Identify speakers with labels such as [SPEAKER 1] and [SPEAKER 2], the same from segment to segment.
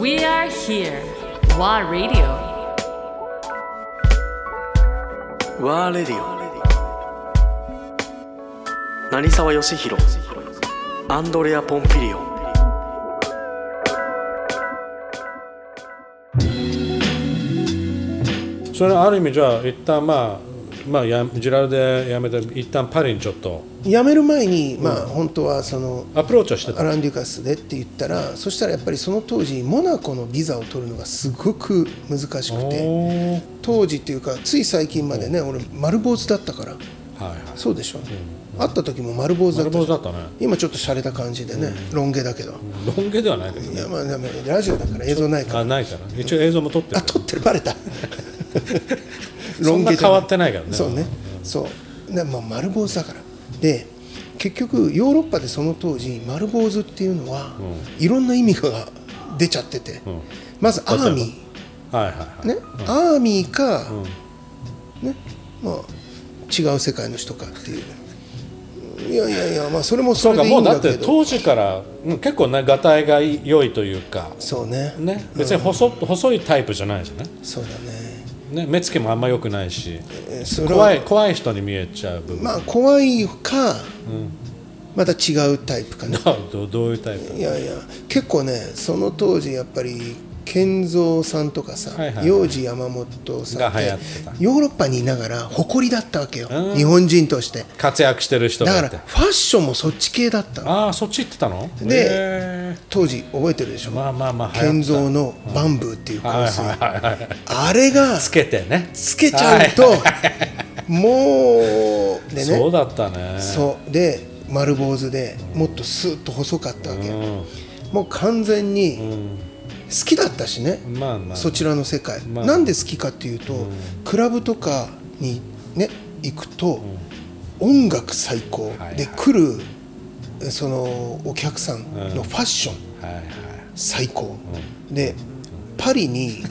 [SPEAKER 1] We are here. WA Radio.
[SPEAKER 2] ワーレディオ成沢義弘アンドレア・ポンピリオ
[SPEAKER 3] それはある意味じゃあ一旦まあまあやジラルでやめて一旦パリにちょっと
[SPEAKER 4] 辞める前に、まあ、本当はその
[SPEAKER 3] アプローチはして
[SPEAKER 4] ア
[SPEAKER 3] た
[SPEAKER 4] ラン・デュカスでって言ったらそしたらやっぱりその当時モナコのビザを取るのがすごく難しくて
[SPEAKER 3] おー
[SPEAKER 4] 当時っていうかつい最近までね俺丸坊主だったから
[SPEAKER 3] はいはい
[SPEAKER 4] そうでしょ、会った時も丸坊主だ
[SPEAKER 3] 丸
[SPEAKER 4] った
[SPEAKER 3] 坊
[SPEAKER 4] じ
[SPEAKER 3] 主
[SPEAKER 4] ゃ
[SPEAKER 3] だ
[SPEAKER 4] ん
[SPEAKER 3] ったね
[SPEAKER 4] 今ちょっと洒落た感じでね、ロン毛だけど、
[SPEAKER 3] ロン毛ではないけど
[SPEAKER 4] い
[SPEAKER 3] ね
[SPEAKER 4] やまあでもラジオだから映像ないから
[SPEAKER 3] あないから一応映像も撮って
[SPEAKER 4] あ
[SPEAKER 3] る
[SPEAKER 4] 撮ってるバレた
[SPEAKER 3] そんな
[SPEAKER 4] じゃ
[SPEAKER 3] 変わってないからね
[SPEAKER 4] そうねそうで、まあ、丸坊主だからで結局ヨーロッパでその当時丸坊主っていうのは、いろんな意味が出ちゃってて、
[SPEAKER 3] ん
[SPEAKER 4] まずアーミ
[SPEAKER 3] はいはいはい
[SPEAKER 4] ー、ねアーミーか、ねまあ違う世界の人かっていういやいやいやまあそれもそ
[SPEAKER 3] そう
[SPEAKER 4] れ
[SPEAKER 3] か
[SPEAKER 4] でいい
[SPEAKER 3] も
[SPEAKER 4] ん
[SPEAKER 3] うだ
[SPEAKER 4] だ
[SPEAKER 3] って
[SPEAKER 4] けど
[SPEAKER 3] 当時からうん結構ながたいが良いというか
[SPEAKER 4] そうね
[SPEAKER 3] ね別に細,、細いタイプじゃないじゃない
[SPEAKER 4] そうだね
[SPEAKER 3] ね目つきもあんま良くないし
[SPEAKER 4] えそれは
[SPEAKER 3] 怖い怖い人に見えちゃう部分、
[SPEAKER 4] まあ怖いか、また違うタイプかね
[SPEAKER 3] どどういうタイプ
[SPEAKER 4] いやいや結構ねその当時やっぱり健三さんとかさ、
[SPEAKER 3] はいはいはい
[SPEAKER 4] 幼児山本さん
[SPEAKER 3] が流行ってた
[SPEAKER 4] ヨーロッパにいながら誇りだったわけよ、
[SPEAKER 3] うん
[SPEAKER 4] 日本人として
[SPEAKER 3] 活躍してる人
[SPEAKER 4] だ
[SPEAKER 3] が
[SPEAKER 4] か
[SPEAKER 3] い
[SPEAKER 4] ら
[SPEAKER 3] て
[SPEAKER 4] ファッションもそっち系だったの
[SPEAKER 3] ああそっち行ってたの
[SPEAKER 4] で
[SPEAKER 3] へ
[SPEAKER 4] 当時覚えてるでし
[SPEAKER 3] ー
[SPEAKER 4] ょ、
[SPEAKER 3] まあまあまあ
[SPEAKER 4] 健
[SPEAKER 3] は
[SPEAKER 4] 三のバンブーっていう香
[SPEAKER 3] い
[SPEAKER 4] 水、
[SPEAKER 3] はいはいはい
[SPEAKER 4] あれが
[SPEAKER 3] つけてね
[SPEAKER 4] つけちゃうと、
[SPEAKER 3] はい
[SPEAKER 4] もうでね
[SPEAKER 3] そうだったね
[SPEAKER 4] そうで丸坊主でもっとスーッと細かったわけ、
[SPEAKER 3] ん
[SPEAKER 4] もう完全に好きだったしね、
[SPEAKER 3] まあまあ
[SPEAKER 4] そちらの世界、
[SPEAKER 3] まあ
[SPEAKER 4] なんで好きかっていうと、クラブとかにね行くと、音楽最高、
[SPEAKER 3] いはい
[SPEAKER 4] で来るそのお客さんのファッション
[SPEAKER 3] はいはい
[SPEAKER 4] 最高、でパリに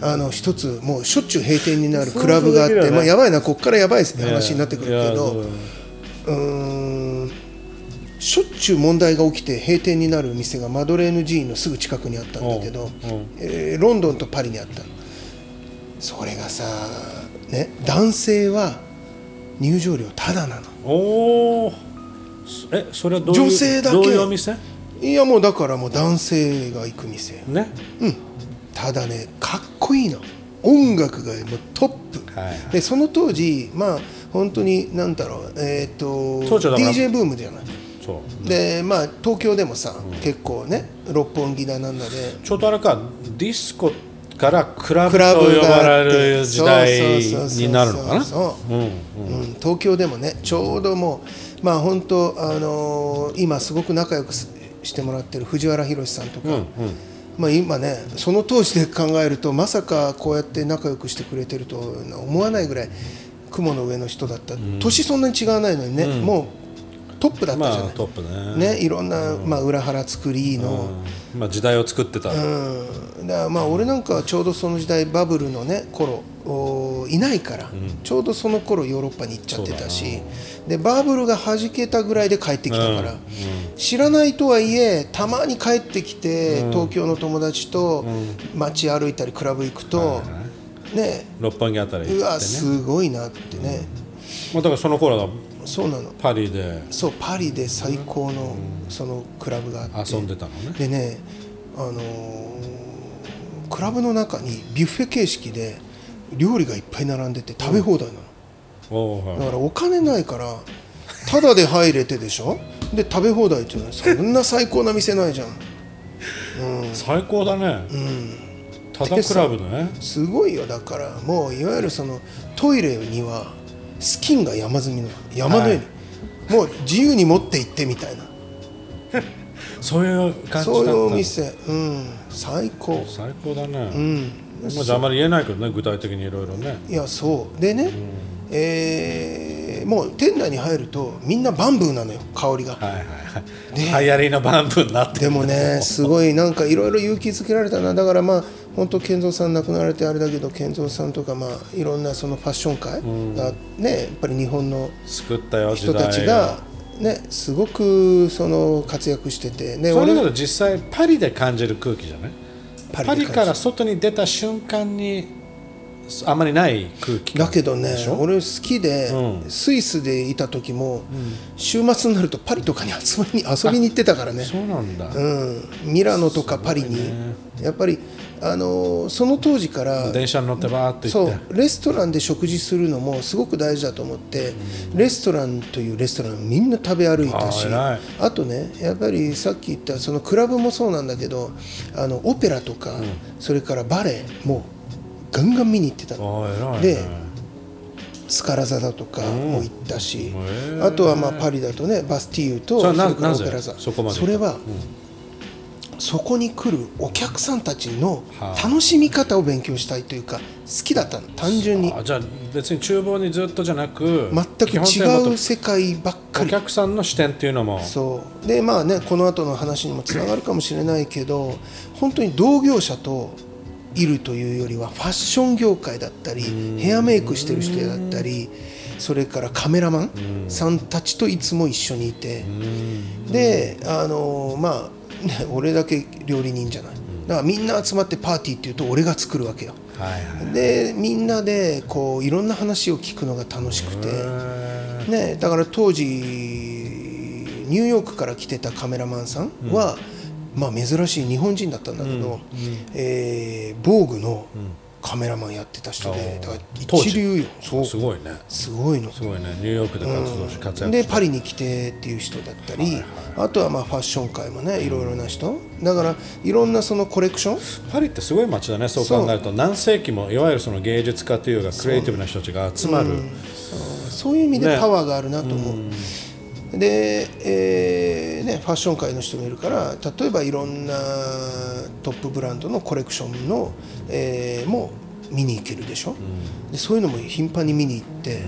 [SPEAKER 4] あの一つもうしょっちゅう閉店になるクラブがあって、
[SPEAKER 3] 想像できるよね
[SPEAKER 4] まあやばいなこっからやばいですね話になってくる
[SPEAKER 3] いや
[SPEAKER 4] け
[SPEAKER 3] そ
[SPEAKER 4] ど、
[SPEAKER 3] う
[SPEAKER 4] うーんしょっちゅう問題が起きて閉店になる店がマドレーヌ寺院のすぐ近くにあったんだけど、
[SPEAKER 3] うんうん
[SPEAKER 4] えーロンドンとパリにあったのそれがさ、ね、男性は入場料タダなの
[SPEAKER 3] おおえそれはどういう
[SPEAKER 4] 女性だけ
[SPEAKER 3] どういうお店
[SPEAKER 4] いやもうだからもう男性が行く店
[SPEAKER 3] ね
[SPEAKER 4] ただねかっこいいの音楽がもうトップ、
[SPEAKER 3] はいはい
[SPEAKER 4] でその当時まあ本当に何だろうえっ、と
[SPEAKER 3] 当時はだから
[SPEAKER 4] DJ ブームじゃない
[SPEAKER 3] そう
[SPEAKER 4] でまあ東京でもさ、結構ね六本木だなんだで
[SPEAKER 3] ちょっとあれかディスコからクラブ
[SPEAKER 4] ク
[SPEAKER 3] と
[SPEAKER 4] ラブ
[SPEAKER 3] 呼
[SPEAKER 4] が
[SPEAKER 3] ば
[SPEAKER 4] あっ
[SPEAKER 3] れる
[SPEAKER 4] て
[SPEAKER 3] 時代
[SPEAKER 4] そうそうそうそう
[SPEAKER 3] になるのかな
[SPEAKER 4] そう
[SPEAKER 3] うん
[SPEAKER 4] うん東京でもねちょうどもうまあ本当あのー今すごく仲良くすしてもらってる藤原宏さんとか、
[SPEAKER 3] うんうん
[SPEAKER 4] まあ、今ねその当時で考えるとまさかこうやって仲良くしてくれてるとは思わないぐらい雲の上の人だった、年そんなに違わないのにね、もうトップだったじゃ
[SPEAKER 3] ま
[SPEAKER 4] な
[SPEAKER 3] あ
[SPEAKER 4] い、
[SPEAKER 3] トップね
[SPEAKER 4] ね、いろんな、まあ、裏腹作りの、
[SPEAKER 3] うんまあ時代を作ってた
[SPEAKER 4] うん、だからまあ俺なんかはちょうどその時代バブルのね頃おーいないから、ちょうどその頃ヨーロッパに行っちゃってたしでバブルがはじけたぐらいで帰ってきたから、知らないとはいえたまに帰ってきて、東京の友達と街歩いたりクラブ行くと、ね
[SPEAKER 3] 六本木あたり行って
[SPEAKER 4] う
[SPEAKER 3] ね
[SPEAKER 4] わすごいなってね、
[SPEAKER 3] まあだからその頃の
[SPEAKER 4] そうなの
[SPEAKER 3] パリで
[SPEAKER 4] そうパリで最高のそのクラブがあって。
[SPEAKER 3] 遊んでたのね
[SPEAKER 4] でね、あのークラブの中にビュッフェ形式で料理がいっぱい並んでて食べ放題なの、
[SPEAKER 3] おーはい
[SPEAKER 4] だからお金ないからタダで入れてでしょで食べ放題っていうのはそんな最高な店ないじゃん
[SPEAKER 3] 最高だねただ
[SPEAKER 4] で
[SPEAKER 3] ク
[SPEAKER 4] さ
[SPEAKER 3] ラブね
[SPEAKER 4] すごいよだからもういわゆるそのトイレにはスキンが山積みの山のように、もう自由に持って行ってみたいな
[SPEAKER 3] そういう感じだっ
[SPEAKER 4] そうい
[SPEAKER 3] た
[SPEAKER 4] うお
[SPEAKER 3] の
[SPEAKER 4] 店うん最高
[SPEAKER 3] 最高だね
[SPEAKER 4] うん
[SPEAKER 3] まああんまり言えないけどね具体的にいろいろね
[SPEAKER 4] いやそうでね、えーもう店内に入るとみんなバンブーなのよ香りが、
[SPEAKER 3] はいはいはい流行りのバンブになって
[SPEAKER 4] で
[SPEAKER 3] る
[SPEAKER 4] もねすごいなんかいろいろ勇気づけられたなだからまあ本当健三さん亡くなられてあれだけど健三さんとかまあいろんなそのファッション界がねやっぱり日本の
[SPEAKER 3] 作ったよ時
[SPEAKER 4] 人たち
[SPEAKER 3] 代を
[SPEAKER 4] がねすごくその活躍しててね
[SPEAKER 3] それ
[SPEAKER 4] 俺
[SPEAKER 3] だと実際パリで感じる空気じゃない
[SPEAKER 4] パリ
[SPEAKER 3] パリ
[SPEAKER 4] で
[SPEAKER 3] か
[SPEAKER 4] 感
[SPEAKER 3] ら
[SPEAKER 4] じ
[SPEAKER 3] 外に出た瞬間にあんまりない空気
[SPEAKER 4] だけどね
[SPEAKER 3] でしょ
[SPEAKER 4] 俺好きで、
[SPEAKER 3] うん
[SPEAKER 4] スイスでいた時も、週末になるとパリとかに集まりに遊びに行ってたからね
[SPEAKER 3] そうなんだ、
[SPEAKER 4] うん、ミラノとかパリに、やっぱり、あのーその当時から
[SPEAKER 3] 電車に乗ってバーって行っ
[SPEAKER 4] そ
[SPEAKER 3] て
[SPEAKER 4] うレストランで食事するのもすごく大事だと思って、レストランというレストランみんな食べ歩いたし
[SPEAKER 3] あー偉
[SPEAKER 4] あ
[SPEAKER 3] い
[SPEAKER 4] とねやっぱりさっき言ったそのクラブもそうなんだけどあのオペラとか、それからバレエもガンガン見に行ってたの
[SPEAKER 3] ああ偉いね
[SPEAKER 4] でスカラ座だとかも行ったし、
[SPEAKER 3] へえ
[SPEAKER 4] あとはまあパリだとねバスティーユと
[SPEAKER 3] それはな
[SPEAKER 4] れから
[SPEAKER 3] な
[SPEAKER 4] オ
[SPEAKER 3] ぜ
[SPEAKER 4] ペラ座
[SPEAKER 3] そこまで
[SPEAKER 4] れは、そこに来るお客さんたちの
[SPEAKER 3] はあ
[SPEAKER 4] 楽しみ方を勉強したいというか好きだったの単純に
[SPEAKER 3] あじゃあ別に厨房にずっとじゃなく
[SPEAKER 4] 全く
[SPEAKER 3] 基本的にはもっと
[SPEAKER 4] 違う世界ばっか
[SPEAKER 3] お
[SPEAKER 4] り
[SPEAKER 3] 客さんの視点っていうのも
[SPEAKER 4] そうでまあねこの後の話にもつながるかもしれないけど本当に同業者といるというよりはファッション業界だったりヘアメイクしてる人だったりそれからカメラマンさんたちといつも一緒にいてであのまあ、ね、俺だけ料理人じゃないだからみんな集まってパーティーっていうと俺が作るわけよ
[SPEAKER 3] はいはい
[SPEAKER 4] でみんなでこういろんな話を聞くのが楽しくて。ね、だから当時ニューヨークから来てたカメラマンさんは、まあ、珍しい日本人だったんだけど、えー防具のカメラマンやってた人で、だから
[SPEAKER 3] 当時
[SPEAKER 4] 一流よそう
[SPEAKER 3] すごいね
[SPEAKER 4] すごいの
[SPEAKER 3] すごいねニューヨークで活動し活躍
[SPEAKER 4] でパリに来てっていう人だったり、あとはまあファッション界もねいろいろな人だからいろんなそのコレクション
[SPEAKER 3] パリってすごい街だねそう考えると何世紀もいわゆるその芸術家というかクリエイティブな人たちが集まる、
[SPEAKER 4] そういう意味で
[SPEAKER 3] ね
[SPEAKER 4] パワーがあるなと思う。で、えーね、ファッション界の人もいるから例えばいろんなトップブランドのコレクションの、えーも見に行けるでしょ、でそういうのも頻繁に見に行って、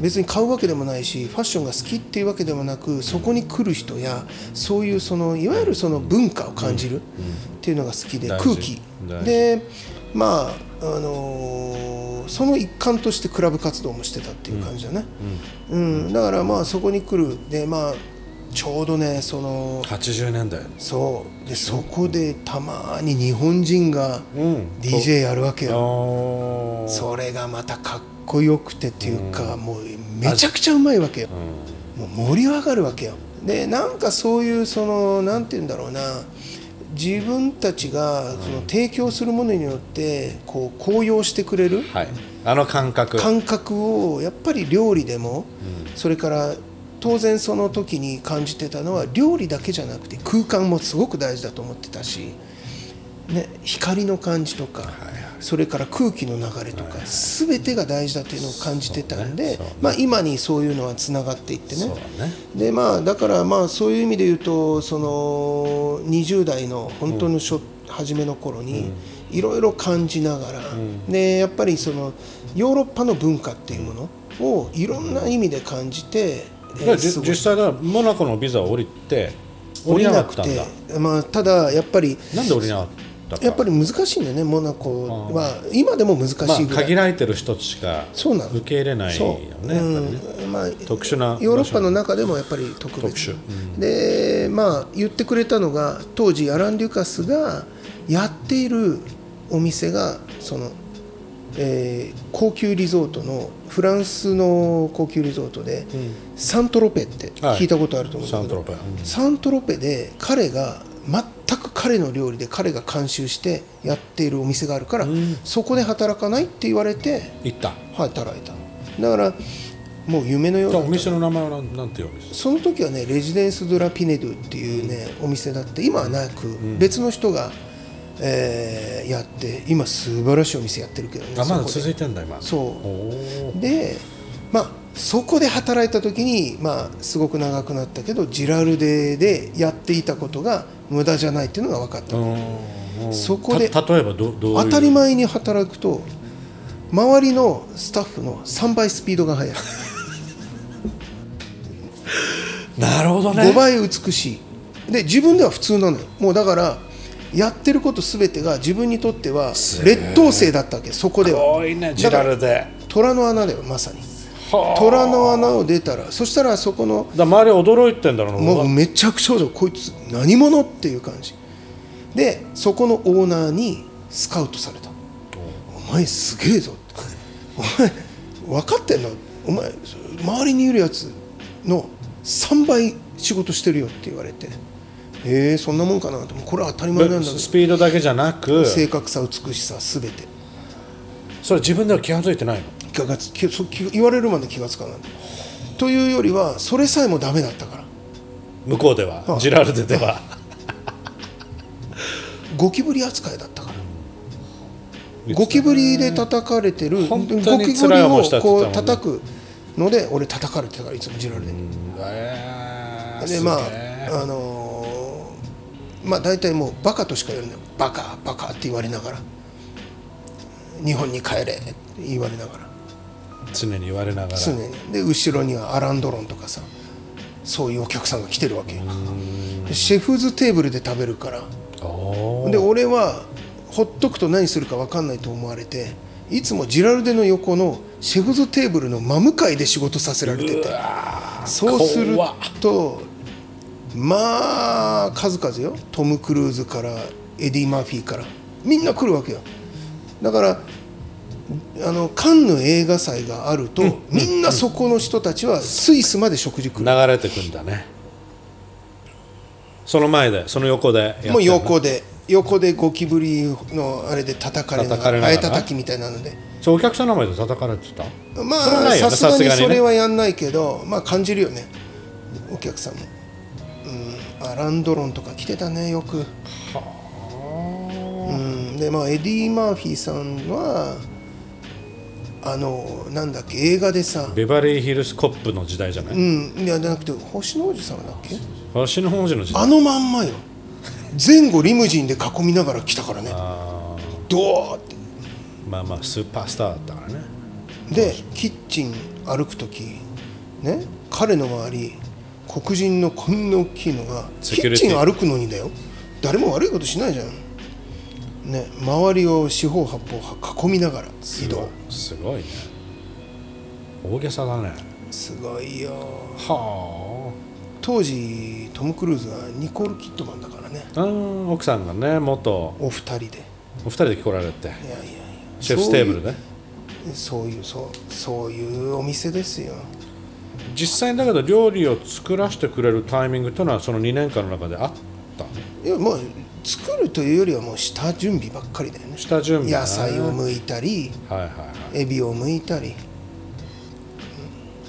[SPEAKER 4] 別に買うわけでもないしファッションが好きっていうわけでもなくそこに来る人やそういうそのいわゆるその文化を感じるっていうのが好きで、
[SPEAKER 3] 大事
[SPEAKER 4] 空気
[SPEAKER 3] 大事
[SPEAKER 4] でまああのーその一環としてクラブ活動もしてたっていう感じだね、うんだからまあそこに来るでまあちょうどねその
[SPEAKER 3] 80年代
[SPEAKER 4] そうでそこでたまに日本人が
[SPEAKER 3] ん
[SPEAKER 4] DJ やるわけよ、
[SPEAKER 3] おー
[SPEAKER 4] それがまたかっこよくてっていうか、もうめちゃくちゃうまいわけよ、もう盛り上がるわけよでなんかそういうそのなんて言うんだろうな自分たちがその提供するものによってこう高揚してくれる
[SPEAKER 3] はいあの感覚
[SPEAKER 4] 感覚をやっぱり料理でも、それから当然その時に感じてたのは料理だけじゃなくて空間もすごく大事だと思ってたし、ね、光の感じとか、それから空気の流れとか、全てが大事だというのを感じてたん
[SPEAKER 3] そうね
[SPEAKER 4] で、
[SPEAKER 3] そうね
[SPEAKER 4] まあ、今にそういうのはつながっていってね
[SPEAKER 3] そうだね
[SPEAKER 4] でまあ、だからまあそういう意味で言うとその20代の本当の初,、初めの頃にいろいろ感じながら、でやっぱりそのヨーロッパの文化っていうものをいろんな意味で感じて、えー
[SPEAKER 3] でじ
[SPEAKER 4] 過ご
[SPEAKER 3] 実際だからモナコのビザを降りて降
[SPEAKER 4] 降
[SPEAKER 3] り
[SPEAKER 4] り
[SPEAKER 3] なか
[SPEAKER 4] な
[SPEAKER 3] っ
[SPEAKER 4] く
[SPEAKER 3] たんだ
[SPEAKER 4] て、まあ、ただやっぱり
[SPEAKER 3] なんで降りなかったか
[SPEAKER 4] やっぱり難しいんだよねモナコは今でも難しいぐ
[SPEAKER 3] ま
[SPEAKER 4] ら
[SPEAKER 3] あ
[SPEAKER 4] い、
[SPEAKER 3] 限られてる人しか
[SPEAKER 4] そうなの
[SPEAKER 3] 受け入れないよね
[SPEAKER 4] そう
[SPEAKER 3] やっぱりね
[SPEAKER 4] うんまあ、
[SPEAKER 3] 特殊な
[SPEAKER 4] ヨーロッパの中でもやっぱり特別
[SPEAKER 3] 特殊
[SPEAKER 4] でまあ言ってくれたのが当時アラン・デュカスがやっているお店がその、えー高級リゾートのフランスの高級リゾートで、サントロペって聞いたことあると思うんだけど、
[SPEAKER 3] はいサントロペうん
[SPEAKER 4] サントロペで彼が全く彼の料理で彼が監修してやっているお店があるから、そこで働かないって言われて
[SPEAKER 3] 行った
[SPEAKER 4] 働いたのだからもう夢のよう
[SPEAKER 3] じ
[SPEAKER 4] な
[SPEAKER 3] ゃあお店の名前はなんなんていうお店
[SPEAKER 4] その時はねレジデンス・ドゥ・ラ・ピネドゥっていうね、お店だって今はなく、別の人が、えーやって今素晴らしいお店やってるけどね
[SPEAKER 3] あまだ
[SPEAKER 4] そこで
[SPEAKER 3] 続いてんだ今
[SPEAKER 4] そう
[SPEAKER 3] おー
[SPEAKER 4] でまあそこで働いた時にまあすごく長くなったけどジラルデでやっていたことが無駄じゃないっていうのが分かった、
[SPEAKER 3] うん
[SPEAKER 4] そこで
[SPEAKER 3] た例えばどどういう
[SPEAKER 4] 当たり前に働くと周りのスタッフの3倍スピードが速い
[SPEAKER 3] なるほどね
[SPEAKER 4] 5倍美しいで自分では普通なのよもうだからやってること全てが自分にとっては劣等生だったわけそこでは
[SPEAKER 3] 多いねジラルで
[SPEAKER 4] 虎の穴だよまさに虎の穴を出たらそしたらそこの
[SPEAKER 3] だから周り驚いてんだろうな
[SPEAKER 4] もうめちゃくちゃ驚いこいつ何者っていう感じでそこのオーナーにスカウトされたお前すげえぞってお前分かってんのお前周りにいるやつの3倍仕事してるよって言われてえー、そんなもんかなともうこれは当たり前なんだけ
[SPEAKER 3] ス
[SPEAKER 4] ど
[SPEAKER 3] ピードだけじゃなく
[SPEAKER 4] 正確さ美しさ全て
[SPEAKER 3] それ自分では気が付いてないの
[SPEAKER 4] 気がつ気そう気言われるまで気がつかないというよりはそれさえもダメだったから
[SPEAKER 3] 向こうではジラルデでは
[SPEAKER 4] ゴキブリ扱いだったからゴキブリで叩かれてるゴ
[SPEAKER 3] 本
[SPEAKER 4] キブリ
[SPEAKER 3] 当に辛い思い
[SPEAKER 4] を
[SPEAKER 3] したって言
[SPEAKER 4] こ
[SPEAKER 3] ってたもんね
[SPEAKER 4] う叩くので俺叩かれてたからいつもジラルで
[SPEAKER 3] えー
[SPEAKER 4] ですま
[SPEAKER 3] げえ
[SPEAKER 4] ああのーまあ大体もうバカとしか言われないバカバカって言われながら日本に帰れって言われながら
[SPEAKER 3] 常に言われながら
[SPEAKER 4] 常にで後ろにはアランドロンとかさそういうお客さんが来てるわけよでシェフズテーブルで食べるから
[SPEAKER 3] おー
[SPEAKER 4] で俺はほっとくと何するか分かんないと思われていつもジラルデの横のシェフズテーブルの真向かいで仕事させられててそうする
[SPEAKER 3] 怖っ
[SPEAKER 4] とまあ数々よトム・クルーズからエディ・マーフィーからみんな来るわけよだからあのカンヌ映画祭があると、みんなそこの人たちはスイスまで食事来る、
[SPEAKER 3] 流れてくんだねその前でその横でやってんの
[SPEAKER 4] もう横で横でゴキブリのあれで叩かれな
[SPEAKER 3] 叩か
[SPEAKER 4] が
[SPEAKER 3] れ
[SPEAKER 4] ら
[SPEAKER 3] なが
[SPEAKER 4] あ
[SPEAKER 3] ら
[SPEAKER 4] え叩きみたいなので
[SPEAKER 3] そうお客さんの前で叩かれてた
[SPEAKER 4] ま
[SPEAKER 3] それは
[SPEAKER 4] あ
[SPEAKER 3] ないよ
[SPEAKER 4] さ
[SPEAKER 3] ね
[SPEAKER 4] すがに
[SPEAKER 3] さすが
[SPEAKER 4] そ
[SPEAKER 3] にね
[SPEAKER 4] れはやんないけどまあ感じるよねお客さんも、うん、アランドロンとか来てたねよくうんでまあエディ・マーフィーさんはあのなんだっけ映画でさ
[SPEAKER 3] ビバリーヒルスコップの時代じゃない、
[SPEAKER 4] うんいやじゃなくて星の王子様だっけ
[SPEAKER 3] 星の王子の時代
[SPEAKER 4] あのまんまよ前後リムジンで囲みながら来たからねドアって
[SPEAKER 3] まあまあスーパースターだったからね
[SPEAKER 4] でキッチン歩く時ね彼の周り黒人のこんな大きいのが
[SPEAKER 3] セ
[SPEAKER 4] キ
[SPEAKER 3] キュ
[SPEAKER 4] ッ
[SPEAKER 3] リ
[SPEAKER 4] チ
[SPEAKER 3] ティ
[SPEAKER 4] ン歩くのにだよ誰も悪いことしないじゃんね周りを四方八方囲みながら移動
[SPEAKER 3] すごいね大げさだね
[SPEAKER 4] すごいよ
[SPEAKER 3] は
[SPEAKER 4] 当時トム・クルーズはニコール・キットマンだからね
[SPEAKER 3] あうん奥さんがね元お
[SPEAKER 4] お二人で
[SPEAKER 3] 二人で来られて
[SPEAKER 4] いやいやいや
[SPEAKER 3] シェフステーブルね
[SPEAKER 4] そういうそうそういうお店ですよ
[SPEAKER 3] 実際にだけど料理を作らせてくれるタイミングというのはその2年間の中であった
[SPEAKER 4] いやもう作るというよりはもう下準備ばっかりだよね
[SPEAKER 3] 下準備だね
[SPEAKER 4] 野菜を剥いたり
[SPEAKER 3] はいはいはい
[SPEAKER 4] エビを剥いたり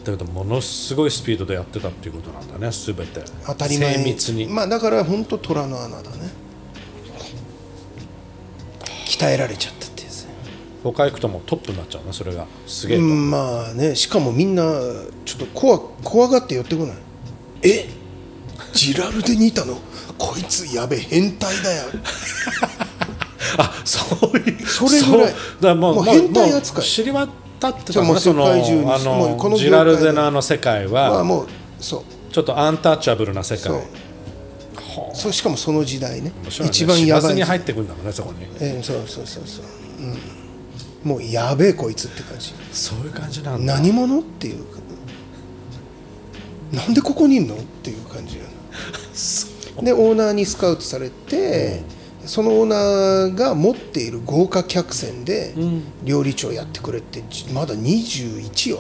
[SPEAKER 3] だけどものすごいスピードでやってたっていうことなんだね全て
[SPEAKER 4] 当たり前
[SPEAKER 3] 精密に、
[SPEAKER 4] まあだから本当虎の穴だね鍛えられちゃったってやつ
[SPEAKER 3] 他行くともうトップになっちゃうなそれがすげえ
[SPEAKER 4] う
[SPEAKER 3] と、
[SPEAKER 4] んまあねしかもみんなちょっと怖怖がって寄ってこないえジラルデにいたのこいつやべえ変態だよ
[SPEAKER 3] あそういう
[SPEAKER 4] それぐら
[SPEAKER 3] そうだか
[SPEAKER 4] い
[SPEAKER 3] らもう
[SPEAKER 4] もう
[SPEAKER 3] もう
[SPEAKER 4] 変態扱い
[SPEAKER 3] もう知り渡って
[SPEAKER 4] じ
[SPEAKER 3] た
[SPEAKER 4] ゃあ
[SPEAKER 3] も
[SPEAKER 4] も
[SPEAKER 3] ん
[SPEAKER 4] う
[SPEAKER 3] その
[SPEAKER 4] 世界中に
[SPEAKER 3] あ
[SPEAKER 4] もうこ
[SPEAKER 3] の
[SPEAKER 4] の
[SPEAKER 3] ジラル
[SPEAKER 4] 業
[SPEAKER 3] デ
[SPEAKER 4] 界で
[SPEAKER 3] ナーの世界
[SPEAKER 4] まあ
[SPEAKER 3] は
[SPEAKER 4] もうそう
[SPEAKER 3] ちょっとアンタッチャブルな世界
[SPEAKER 4] そうそうしかもその時代ね
[SPEAKER 3] 面白いね
[SPEAKER 4] 一番や
[SPEAKER 3] 知
[SPEAKER 4] ば
[SPEAKER 3] らず
[SPEAKER 4] い
[SPEAKER 3] に入ってくんだもんねそこに
[SPEAKER 4] えーそうそうそうそう、うん、もうやべえこいつって感じ
[SPEAKER 3] そういう感じなんだ
[SPEAKER 4] 何者っていうかなんでここにいんのっていう感じよ でオーナーにスカウトされて、そのオーナーが持っている豪華客船で料理長やってくれってじまだ21よ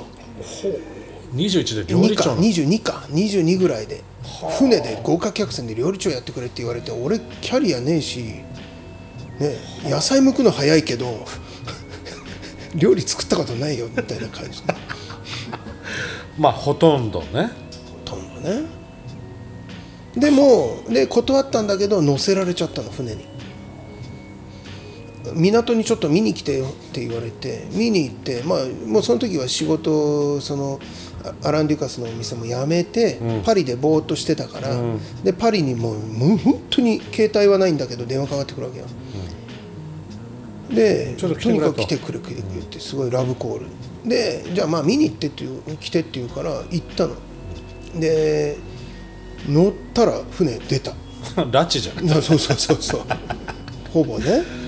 [SPEAKER 3] 21で料
[SPEAKER 4] 2
[SPEAKER 3] 理
[SPEAKER 4] か
[SPEAKER 3] 長の
[SPEAKER 4] 22か22ぐらいで船で豪華客船で料理長やってくれって言われて俺キャリアねえし、ねえ、野菜剥くの早い けど料理作ったことないよみたいな感じで
[SPEAKER 3] まあほとんどね
[SPEAKER 4] とんどねでもで断ったんだけど乗せられちゃったの船に港にちょっと見に来てよって言われて見に行ってまあもうその時は仕事そのあアラン・デュカスのお店も辞めて、パリでぼーっとしてたから、でパリにもうもう本当に携帯はないんだけど電話かかってくるわけよ、で
[SPEAKER 3] ちょっと来
[SPEAKER 4] と
[SPEAKER 3] て
[SPEAKER 4] に
[SPEAKER 3] くれ
[SPEAKER 4] か
[SPEAKER 3] と
[SPEAKER 4] く来てくれ来てくれってすごいラブコールでじゃあまあ見に行ってっていう来てっていうから行ったので乗ったら船出た
[SPEAKER 3] 拉致じゃない
[SPEAKER 4] そうそうそうそうほぼね